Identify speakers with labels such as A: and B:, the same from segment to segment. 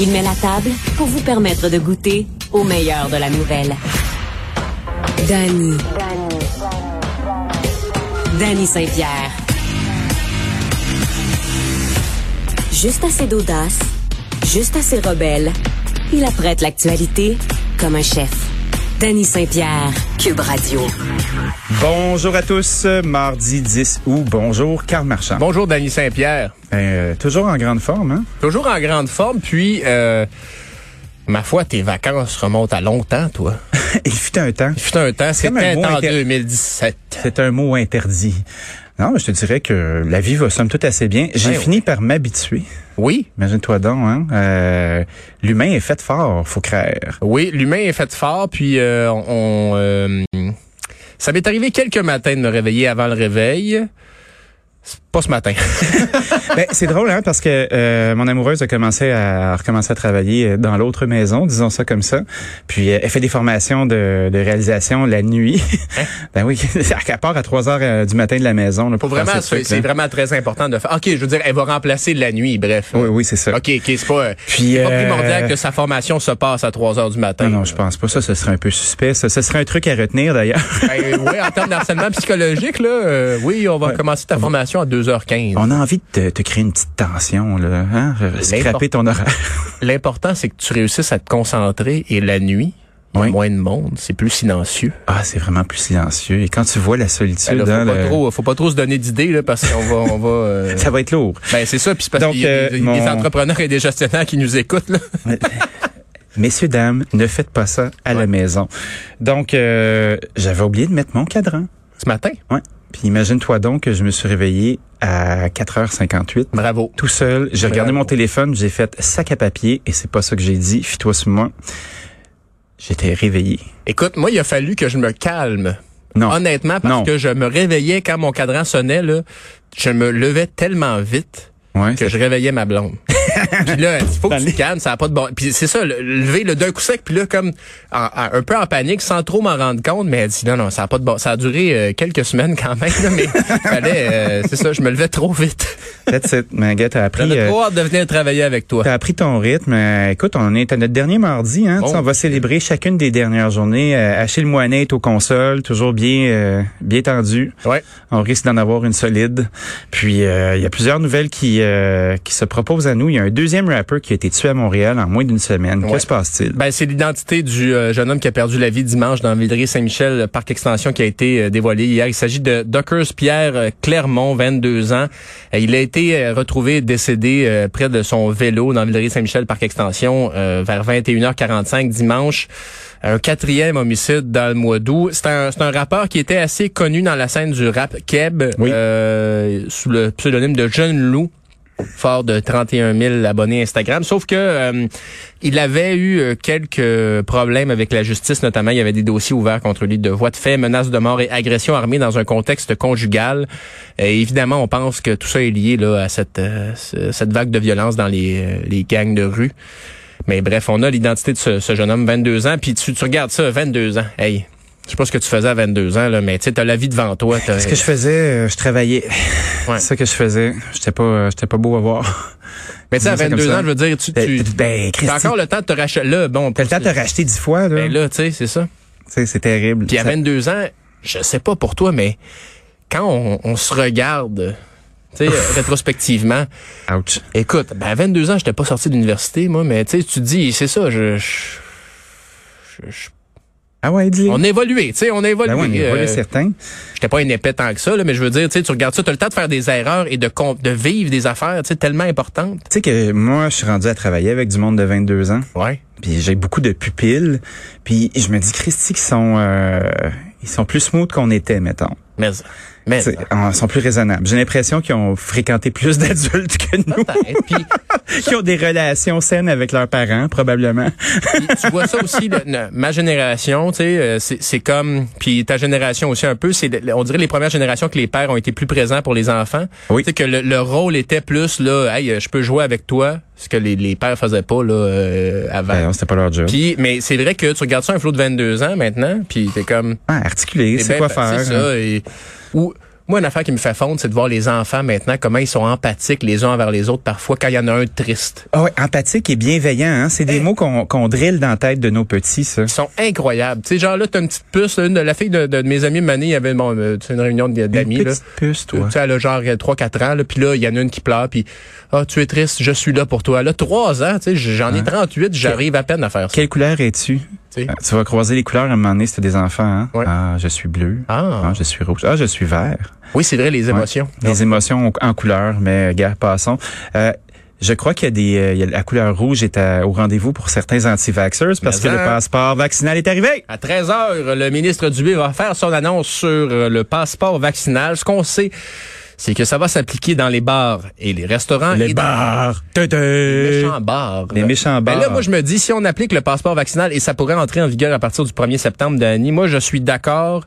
A: Il met la table pour vous permettre de goûter au meilleur de la nouvelle. Danny. Danny Saint-Pierre. Juste assez d'audace, juste assez rebelle, il apprête l'actualité comme un chef. Danny Saint-Pierre, Cube Radio.
B: Bonjour à tous, mardi 10 août. Bonjour, Carl Marchand.
C: Bonjour, Danny Saint-Pierre.
B: Euh, toujours en grande forme, hein?
C: Toujours en grande forme, puis, euh, ma foi, tes vacances remontent à longtemps, toi.
B: Il fut un temps.
C: Il fut un temps,
B: comme un
C: c'était
B: mot
C: en
B: inter-
C: 2017.
B: C'est un mot interdit. Non, mais je te dirais que la vie va somme toute assez bien. J'ai
C: Ouais,
B: fini par m'habituer.
C: Oui,
B: Imagine-toi donc, hein? Euh, L'humain est fait fort, faut craire.
C: oui, l'humain est fait fort, puis euh, on... euh, ça m'est arrivé quelques matins de me réveiller avant le réveil. C'est Pas ce matin.
B: Ben, c'est drôle, hein, parce que euh, mon amoureuse a commencé à, a recommencé à travailler euh, dans l'autre maison, disons ça comme ça. Puis euh, elle fait des formations de, de réalisation la nuit. ben oui, à part à 3 heures euh, du matin de la maison. Là,
C: Faut
B: pour faire
C: vraiment,
B: ces
C: c'est
B: trucs-là.
C: c'est vraiment très important de faire. OK, je veux dire, elle va remplacer la nuit, bref.
B: Oui, oui, c'est ça.
C: OK, OK, c'est pas,
B: Puis,
C: c'est pas
B: euh,
C: primordial que sa formation se passe à 3 heures du matin.
B: Non, non, je pense pas. Ça, ce serait un peu suspect. Ça, ce serait un truc à retenir, d'ailleurs.
C: Ben, oui, en termes d'harcèlement psychologique, là, euh, oui, on va commencer ta formation à 2h15.
B: On a envie de te, te créer une petite tension, là. Hein? Scraper ton horaire.
C: L'important, c'est que tu réussisses à te concentrer et la nuit, il y a
B: Oui.
C: moins de monde, c'est plus silencieux.
B: Ah, c'est vraiment plus silencieux. Et quand tu vois la
C: Ben
B: solitude,
C: là, faut,
B: hein,
C: pas
B: le-
C: trop, faut pas trop se donner d'idées, là, parce qu'on va... On va euh,
B: ça va être lourd.
C: Ben c'est ça, puis c'est parce
B: Donc,
C: qu'il y a
B: euh,
C: des,
B: mon-
C: des entrepreneurs et des gestionnaires qui nous écoutent. Là.
B: Messieurs, dames, ne faites pas ça à la
C: Ouais.
B: maison. Donc, euh, j'avais oublié de mettre mon cadran.
C: Ce matin,
B: Ouais. Puis imagine-toi donc que je me suis réveillé à 4h58.
C: bravo.
B: Tout seul, j'ai
C: Bravo.
B: regardé mon téléphone, j'ai fait sac à papier et c'est pas ça que j'ai dit. Fis-toi sur moi. J'étais réveillé.
C: Écoute, moi, il a fallu que je me calme.
B: Non.
C: Honnêtement, parce
B: Non.
C: que je me réveillais quand mon cadran sonnait, là, je me levais tellement vite
B: Ouais.
C: que je réveillais ma blonde. puis là, il faut que tu te calmes, ça n'a pas de bon. Puis c'est ça, le- lever le d'un coup sec, puis là comme en- en- un peu en panique, sans trop m'en rendre compte, mais elle dit non non, ça a pas de bon. Ça a duré euh, quelques semaines quand même, là, mais fallait, euh, c'est ça, je me levais trop vite.
B: That's it. Mais gars, t'as appris.
C: J'avais
B: euh,
C: trop hâte de venir travailler avec toi.
B: T'as appris ton rythme. Euh, Écoute, on est à notre dernier mardi. Hein,
C: Bon.
B: Tu sais, on va célébrer chacune des dernières journées. Euh, Achille Moinet est aux consoles, toujours bien, euh, bien tendu.
C: Ouais.
B: On risque d'en avoir une solide. Puis, euh, il y a plusieurs nouvelles qui, euh, qui se proposent à nous. Il y a un deuxième rappeur qui a été tué à Montréal en moins d'une semaine. Que
C: Ouais.
B: se passe-t-il?
C: Ben, c'est l'identité du euh, jeune homme qui a perdu la vie dimanche dans Villeray-Saint-Michel, le parc extension qui a été euh, dévoilé hier. Il s'agit de Dockers Pierre euh, Clermont, 22 ans. Euh, il a été euh, retrouvé décédé euh, près de son vélo dans Villeray-Saint-Michel, parc extension, euh, vers 21h45 dimanche. Un quatrième homicide dans le mois d'août. C'est un, c'est un rappeur qui était assez connu dans la scène du rap Keb,
B: Oui.
C: euh, sous le pseudonyme de Jeune Loup fort de 31 000 abonnés Instagram. Sauf que euh, il avait eu euh, quelques problèmes avec la justice, notamment il y avait des dossiers ouverts contre lui de voies de fait, menaces de mort et agression armée dans un contexte conjugal. Et évidemment, on pense que tout ça est lié là, à cette, euh, ce- cette vague de violence dans les, euh, les gangs de rue. Mais bref, on a l'identité de ce, ce jeune homme, 22 ans. Puis tu, tu regardes ça, 22 ans. Hey, je sais pas ce que tu faisais à 22 ans, là, mais tu sais, t'as la vie devant toi. t'as-
B: Ce que je faisais, euh, je travaillais.
C: Ouais.
B: C'est ça que je faisais. J'étais pas, euh, j'étais pas beau à voir.
C: Mais tu sais, à
B: Disons ça comme
C: 22
B: ça.
C: ans, je veux dire, tu, tu,
B: ben,
C: t'as
B: Christy,
C: encore le temps de te racheter. Là, bon,
B: t'as le temps de te racheter dix fois, là.
C: Ben là, tu sais, c'est ça.
B: Tu sais, c'est terrible.
C: Puis à
B: Ça-
C: 22 ans, je sais pas pour toi, mais quand on, on se regarde, tu sais, euh, rétrospectivement,
B: Ouch.
C: écoute, ben à 22 ans, j'étais pas sorti de l'université, moi, mais tu sais, tu te dis, c'est ça, je, je- je- je-
B: Ah ouais, dis
C: on a évolué, tu sais, on a évolué.
B: Ben ouais, on est
C: Euh,
B: volé certains.
C: j'étais pas une épée tant que ça, là, mais je veux dire, tu sais, tu regardes ça, t'as le temps de faire des erreurs et de, com- de vivre des affaires, tu sais, tellement importantes.
B: Tu sais que moi, je suis rendu à travailler avec du monde de 22 ans,
C: Ouais.
B: puis j'ai beaucoup de pupilles, puis je me dis, Christy, qu'ils sont, euh, ils sont plus smooth qu'on était, mettons.
C: Mais, mais,
B: Tu sais, Ils sont plus raisonnables. J'ai l'impression qu'ils ont fréquenté plus d'adultes que nous,
C: peut-être. Puis,
B: qui ont des relations saines avec leurs parents, probablement.
C: Puis tu vois ça aussi, le- le- ma génération, tu sais, euh, c'est c'est comme, puis ta génération aussi un peu, c'est, le- on dirait les premières générations que les pères ont été plus présents pour les enfants.
B: Oui.
C: Tu sais que le, le rôle était plus là, hey, euh, je peux jouer avec toi, ce que les, les pères faisaient pas là euh, avant.
B: Ben non, c'était pas leur job.
C: Puis, mais c'est vrai que tu regardes ça un flot de 22 ans maintenant, puis t'es comme,
B: Ah, articuler,
C: eh
B: c'est
C: ben,
B: quoi
C: ben,
B: faire.
C: C'est ça. Et, ou, Moi, une affaire qui me fait fondre, c'est de voir les enfants maintenant, comment ils sont empathiques les uns envers les autres parfois quand il y en a un de triste.
B: Ah ouais, empathique et bienveillant, hein? c'est
C: Eh.
B: des mots qu'on qu'on drille dans la tête de nos petits, ça.
C: Ils sont incroyables. Tu sais, genre là, t'as une petite puce, là, une de la fille de, de- de mes amis, Mané, il y avait bon, euh, tu sais, une réunion de- d'amis.
B: Une
C: là.
B: petite puce, toi.
C: Tu sais, elle a genre 3-4 ans, là, puis là, il y en a une qui pleure, puis « Ah, tu es triste, je suis là pour toi. » Là, 3 ans, tu sais, j'en ai 38, j'arrive à peine à faire ça.
B: Quelle couleur es-tu?
C: tu sais.
B: Ah, Tu vas croiser les couleurs à un moment donné si t'as des enfants. Hein?
C: Ouais.
B: Ah, je suis bleu.
C: Ah.
B: je suis rouge. Ah, je suis vert.
C: Oui, c'est vrai, les émotions.
B: Les émotions en en couleur, mais euh, gare, passons. Euh, je crois qu'il y a des... euh, il y a- la couleur rouge est à- au rendez-vous pour certains anti-vaxxers parce
C: Mais
B: que le
C: hein.
B: passeport vaccinal est arrivé.
C: À 13 heures, le ministre Dubé va faire son annonce sur euh, le passeport vaccinal. Ce qu'on sait, c'est que ça va s'appliquer dans les bars et les restaurants. et Ah, dans Les méchants bars.
B: Les Euh, méchants
C: Ben
B: bars.
C: là, moi, je me dis, si on applique le passeport vaccinal et ça pourrait entrer en vigueur à partir du 1er septembre dernier, moi, je suis d'accord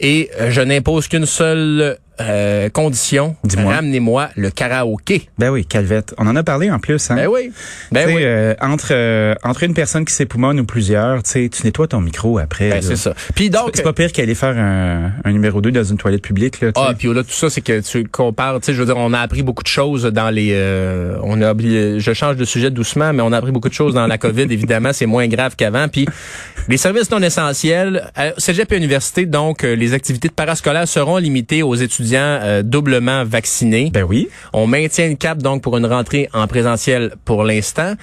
C: et euh, je n'impose qu'une seule euh, condition.
B: Dis-moi.
C: Ramenez-moi le karaoké.
B: Ben oui, Calvette. On en a parlé en plus. Hein?
C: Ben oui.
B: Tu
C: Ben
B: sais,
C: oui.
B: euh, entre euh, entre une personne qui s'époumonne ou plusieurs, tu sais, tu nettoies ton micro après. là.
C: Ben, c'est ça. Puis
B: C'est pas-
C: donc,
B: c'est pas pire qu'aller faire un, un numéro 2 dans une toilette publique. Là, tu sais.
C: Ah, puis au-delà de tout ça, c'est que tu compares, tu sais, je veux dire, on a appris beaucoup de choses dans les... euh, on a oublié, je change de sujet doucement, mais on a appris beaucoup de choses dans la COVID, évidemment, c'est moins grave qu'avant. Puis les services non essentiels, euh, cégep et université, donc, euh, les activités de parascolaires seront limitées aux étudiants euh, doublement vaccinés.
B: ben oui.
C: On maintient le cap, donc, pour une rentrée en présentiel pour l'instant.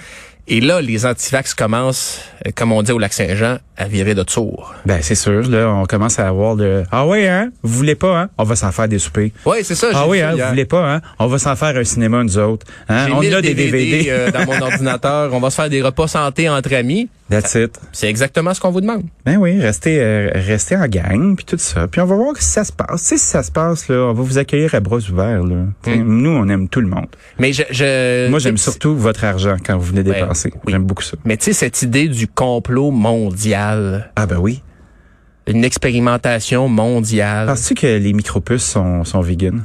C: Et là, les antivax commencent, euh, comme on dit au Lac-Saint-Jean, à virer de tour.
B: Ben c'est sûr. Là, on commence à avoir le ah ouais hein, vous voulez pas hein, on va s'en faire des soupers.
C: Oui, c'est ça.
B: Ah
C: j'ai
B: oui
C: vu
B: hein, vous
C: hier.
B: voulez pas hein, on va s'en faire un cinéma nous autres. Hein?
C: J'ai
B: On
C: mille
B: a des DVD.
C: euh, dans mon ordinateur. On va se faire des repas santé entre amis.
B: That's it.
C: C'est exactement ce qu'on vous demande.
B: Ben oui, restez euh, restez en gang puis tout ça. Puis on va voir si ça se passe. Si ça se passe là, on va vous accueillir à bras ouverts là.
C: Mm.
B: T'sais, Nous on aime tout le monde.
C: Mais je, je-
B: Moi, j'aime
C: tu sais,
B: surtout votre argent quand vous venez dépenser.
C: Ben oui.
B: J'aime beaucoup ça.
C: Mais tu sais cette idée du complot mondial,
B: Ah ben oui.
C: une expérimentation mondiale.
B: Penses-tu que les micropuces sont, sont vegan?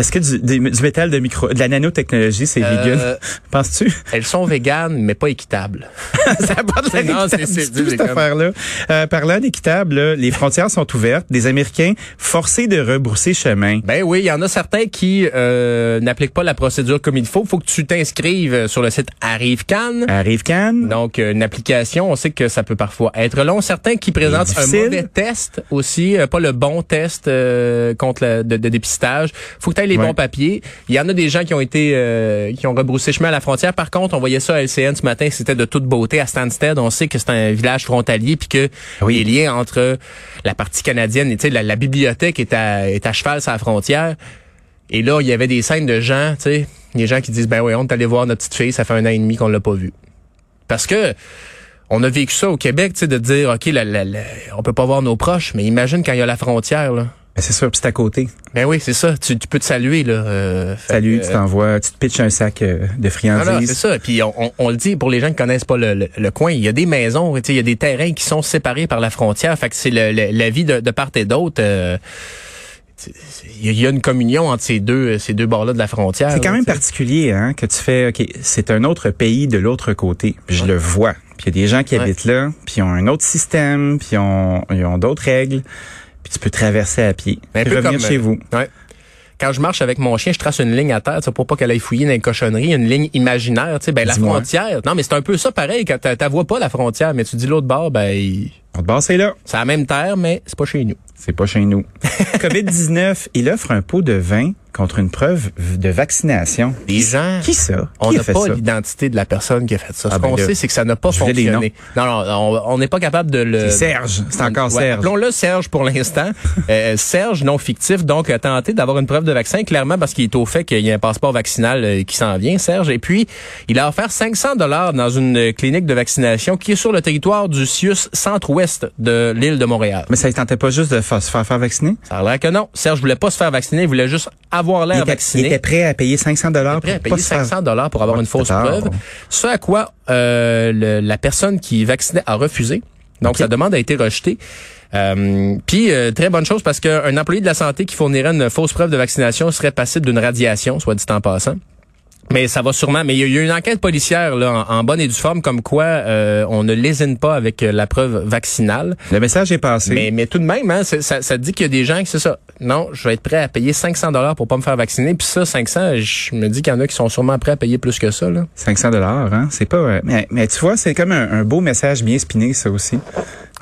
B: Est-ce que du, des- du métal de micro, de la nanotechnologie, c'est
C: Euh,
B: vegan? Penses-tu?
C: Elles sont véganes, mais pas équitables.
B: ça n'a pas de la
C: Non, c'est-
B: équitable
C: c'est-
B: du tout,
C: c'est
B: cette
C: comme-
B: affaire-là. Euh, parlant d'équitable, là, les frontières sont ouvertes. Des Américains forcés de rebrousser chemin.
C: Ben oui, il y en a certains qui euh, n'appliquent pas la procédure comme il faut. Faut que tu t'inscrives euh, sur le site Arrive Cannes.
B: Arrive Cannes.
C: Donc, euh, une application, on sait que ça peut parfois être long. Certains qui présentent un
B: difficile.
C: mauvais test aussi, euh, pas le bon test euh, contre la- de, de dépistage. faut que tu aies les
B: Ouais.
C: bons papiers. Il y en a des gens qui ont été, euh, qui ont rebroussé chemin à la frontière. Par contre, on voyait ça à LCN ce matin, c'était de toute beauté à Stansted. On sait que c'est un village frontalier, puis que
B: Ah Oui.
C: les liens entre la partie canadienne et tu sais, la, la bibliothèque est à, est à cheval sur la frontière. Et là, il y avait des scènes de gens, tu sais, des gens qui disent, ben oui, on est allé voir notre petite fille, ça fait un an et demi qu'on l'a pas vue. Parce que on a vécu ça au Québec, tu sais, de dire, OK, la, la, la- on peut pas voir nos proches, mais imagine quand il y a la frontière, là.
B: Ben, C'est sûr, puis c'est à côté.
C: Ben oui, c'est ça, tu, tu peux te saluer, là. euh, fait
B: Salut,
C: que-
B: tu t'envoies, tu te pitches un sac euh, de
C: Non, non,
B: friandises.
C: c'est ça. Puis on, on- on le dit pour les gens qui connaissent pas le, le- le coin, il y a des maisons, tu sais, il y a des terrains qui sont séparés par la frontière. Fait que c'est le- le- la vie de, de part et d'autre. euh, c'est- c'est- il y a- il y a une communion entre ces deux, ces deux bords-là de la frontière.
B: C'est quand
C: là,
B: même
C: tu sais.
B: particulier hein, que tu fais, OK, c'est un autre pays de l'autre côté. Puis je le vois. Puis il y a des gens qui
C: Ouais.
B: habitent là, puis ils ont un autre système, puis ils ont, ils ont d'autres règles. Puis tu peux traverser à pied.
C: Mais un
B: puis
C: peu
B: revenir
C: comme,
B: chez
C: euh,
B: vous.
C: Ouais. Quand je marche avec mon chien, je trace une ligne à terre, tu sais, pour pas qu'elle aille fouiller dans les cochonneries, une ligne imaginaire, tu sais, ben la
B: Dis-moi.
C: frontière. Non, mais c'est un peu ça pareil quand t'as- t'as vois pas la frontière, mais tu dis l'autre bord, ben il-
B: On te passe là.
C: c'est la même terre, mais c'est pas chez nous.
B: C'est pas chez nous. COVID-19, il offre un pot de vin contre une preuve de vaccination.
C: Les gens
B: Qui ça?
C: On
B: Qui
C: n'a
B: a fait
C: pas
B: ça?
C: l'identité de la personne qui a fait ça.
B: Ah
C: Ce
B: ben
C: qu'on
B: là,
C: sait, c'est que ça n'a pas
B: je voulais des
C: fonctionné. Non, non, on- on n'est pas capable de le.
B: C'est Serge. C'est encore
C: Ouais,
B: Serge.
C: Appelons-le Serge pour l'instant. Euh, Serge, non fictif, donc a tenté d'avoir une preuve de vaccin, clairement parce qu'il est au fait qu'il y a un passeport vaccinal euh, qui s'en vient, Serge. Et puis, il a offert 500 dollars dans une euh, clinique de vaccination qui est sur le territoire du CIUS centre-ouest de l'île de Montréal.
B: Mais ça ne tentait pas juste de fa- se faire faire vacciner?
C: Ça a l'air que non. Serge voulait pas se faire vacciner, il voulait juste avoir
B: Il
C: l'air
B: était, il
C: vacciné
B: était prêt à payer 500 dollars
C: prêt à
B: pour
C: payer
B: pas se faire-
C: 500 dollars pour avoir
B: Ouais,
C: une fausse
B: tard.
C: preuve. Ce à quoi euh, le- la personne qui vaccinait a refusé. Donc sa demande a été rejetée. Euh, Puis euh, très bonne chose parce qu'un employé de la santé qui fournirait une fausse preuve de vaccination serait passible d'une radiation, soit dit en passant. Mais ça va sûrement. Mais il y a eu une enquête policière là, en, en bonne et due forme, comme quoi euh, on ne lésine pas avec euh, la preuve vaccinale.
B: Le message est passé.
C: Mais, mais tout de même, hein, c'est- ça, ça dit qu'il y a des gens qui c'est ça. Non, je vais être prêt à payer 500 dollars pour pas me faire vacciner. Puis ça, 500, je me dis qu'il y en a qui sont sûrement prêts à payer plus que ça. Là.
B: 500 dollars, hein, c'est pas. euh, mais, mais tu vois, c'est comme un, un beau message bien spiné, ça aussi.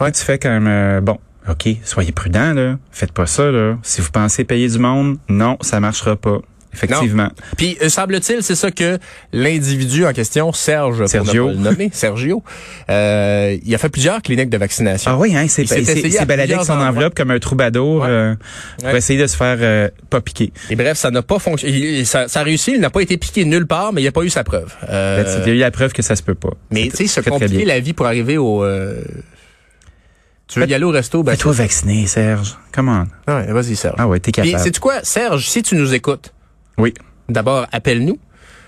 B: Ouais, tu fais comme euh, bon, ok, soyez prudent là, faites pas ça là. Si vous pensez payer du monde, non, ça marchera pas. Effectivement.
C: Puis euh, semble-t-il, c'est ça que l'individu en question, Serge, pour
B: Sergio.
C: ne pas le nommer, Sergio, euh, il a fait plusieurs cliniques de vaccination.
B: Ah oui, hein, c'est
C: Il s'est essayé à
B: baladé avec son
C: plusieurs
B: enveloppe comme un troubadour
C: Ouais.
B: euh, pour
C: Ouais.
B: essayer de se faire euh, pas piquer.
C: Et bref, ça n'a pas fonctionné. Il- il- Ça, ça a réussi, il n'a pas été piqué nulle part, mais il n'a pas eu sa preuve. Euh,
B: Là, Il y a eu la preuve que ça se peut pas.
C: mais tu sais, se
B: très, très
C: compliquer
B: bien.
C: la vie pour arriver au... euh, tu veux y aller au resto? Ben,
B: Fais-toi vacciner, Serge. Come on.
C: Ouais, vas-y, Serge.
B: Ah ouais, t'es
C: Puis,
B: capable.
C: sais-tu quoi, Serge, si tu nous écoutes,
B: Oui.
C: d'abord, appelle-nous.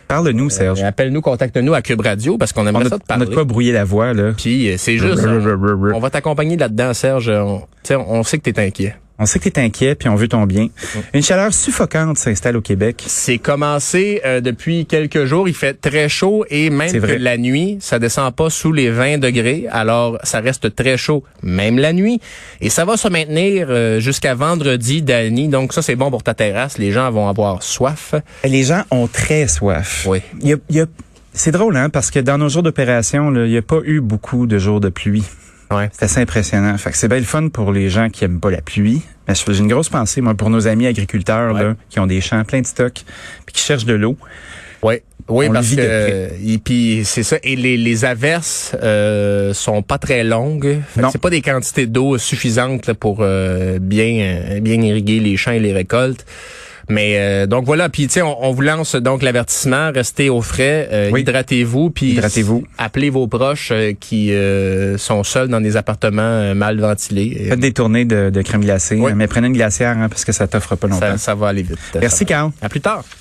B: Parle-nous, Serge.
C: Euh, Appelle-nous, contacte-nous à Cube Radio, parce qu'on
B: on
C: aimerait
B: a,
C: ça te
B: on a
C: parler.
B: de quoi brouiller la voix, là.
C: Puis, euh, c'est juste... On va t'accompagner là-dedans, Serge. On, tu sais, on sait que t'es inquiet.
B: On sait que t'es inquiet, puis on veut ton bien.
C: Mhm.
B: Une chaleur suffocante s'installe au Québec.
C: C'est commencé euh, depuis quelques jours. Il fait très chaud et même
B: C'est
C: que
B: vrai.
C: la nuit, ça descend pas sous les 20 degrés. Alors, ça reste très chaud, même la nuit. Et ça va se maintenir euh, jusqu'à vendredi, Dani. Donc, ça, c'est bon pour ta terrasse. Les gens vont avoir soif.
B: Les gens ont très soif.
C: Oui.
B: Il y a- il y a- c'est drôle, hein, parce que dans nos jours d'opération, là, il n'y a pas eu beaucoup de jours de pluie.
C: Ouais.
B: C'est assez impressionnant. Fait que c'est bien le fun pour les gens qui aiment pas la pluie. Mais je- j'ai une grosse pensée, moi, pour nos amis agriculteurs,
C: Ouais.
B: là, qui ont des champs pleins de stocks, puis qui cherchent de l'eau.
C: Oui. Oui,
B: On le
C: parce
B: vit
C: que
B: de près.
C: euh, et puis c'est ça et les, les averses euh, sont pas très longues. Fait que
B: Non.
C: C'est pas des quantités d'eau suffisantes là, pour euh, bien euh, bien irriguer les champs et les récoltes. Mais euh, donc voilà, puis tu sais, on, on vous lance donc l'avertissement, restez au frais, euh,
B: Oui.
C: hydratez-vous, puis
B: Hydratez-vous.
C: appelez vos proches euh, qui euh, sont seuls dans des appartements euh, mal ventilés.
B: Faites des tournées de, de crème glacée,
C: Oui.
B: mais prenez une glacière, hein, parce que hein, ça t'offre pas longtemps.
C: Ça, ça va aller vite.
B: Merci,
C: Ça va.
B: Carl.
C: À plus tard.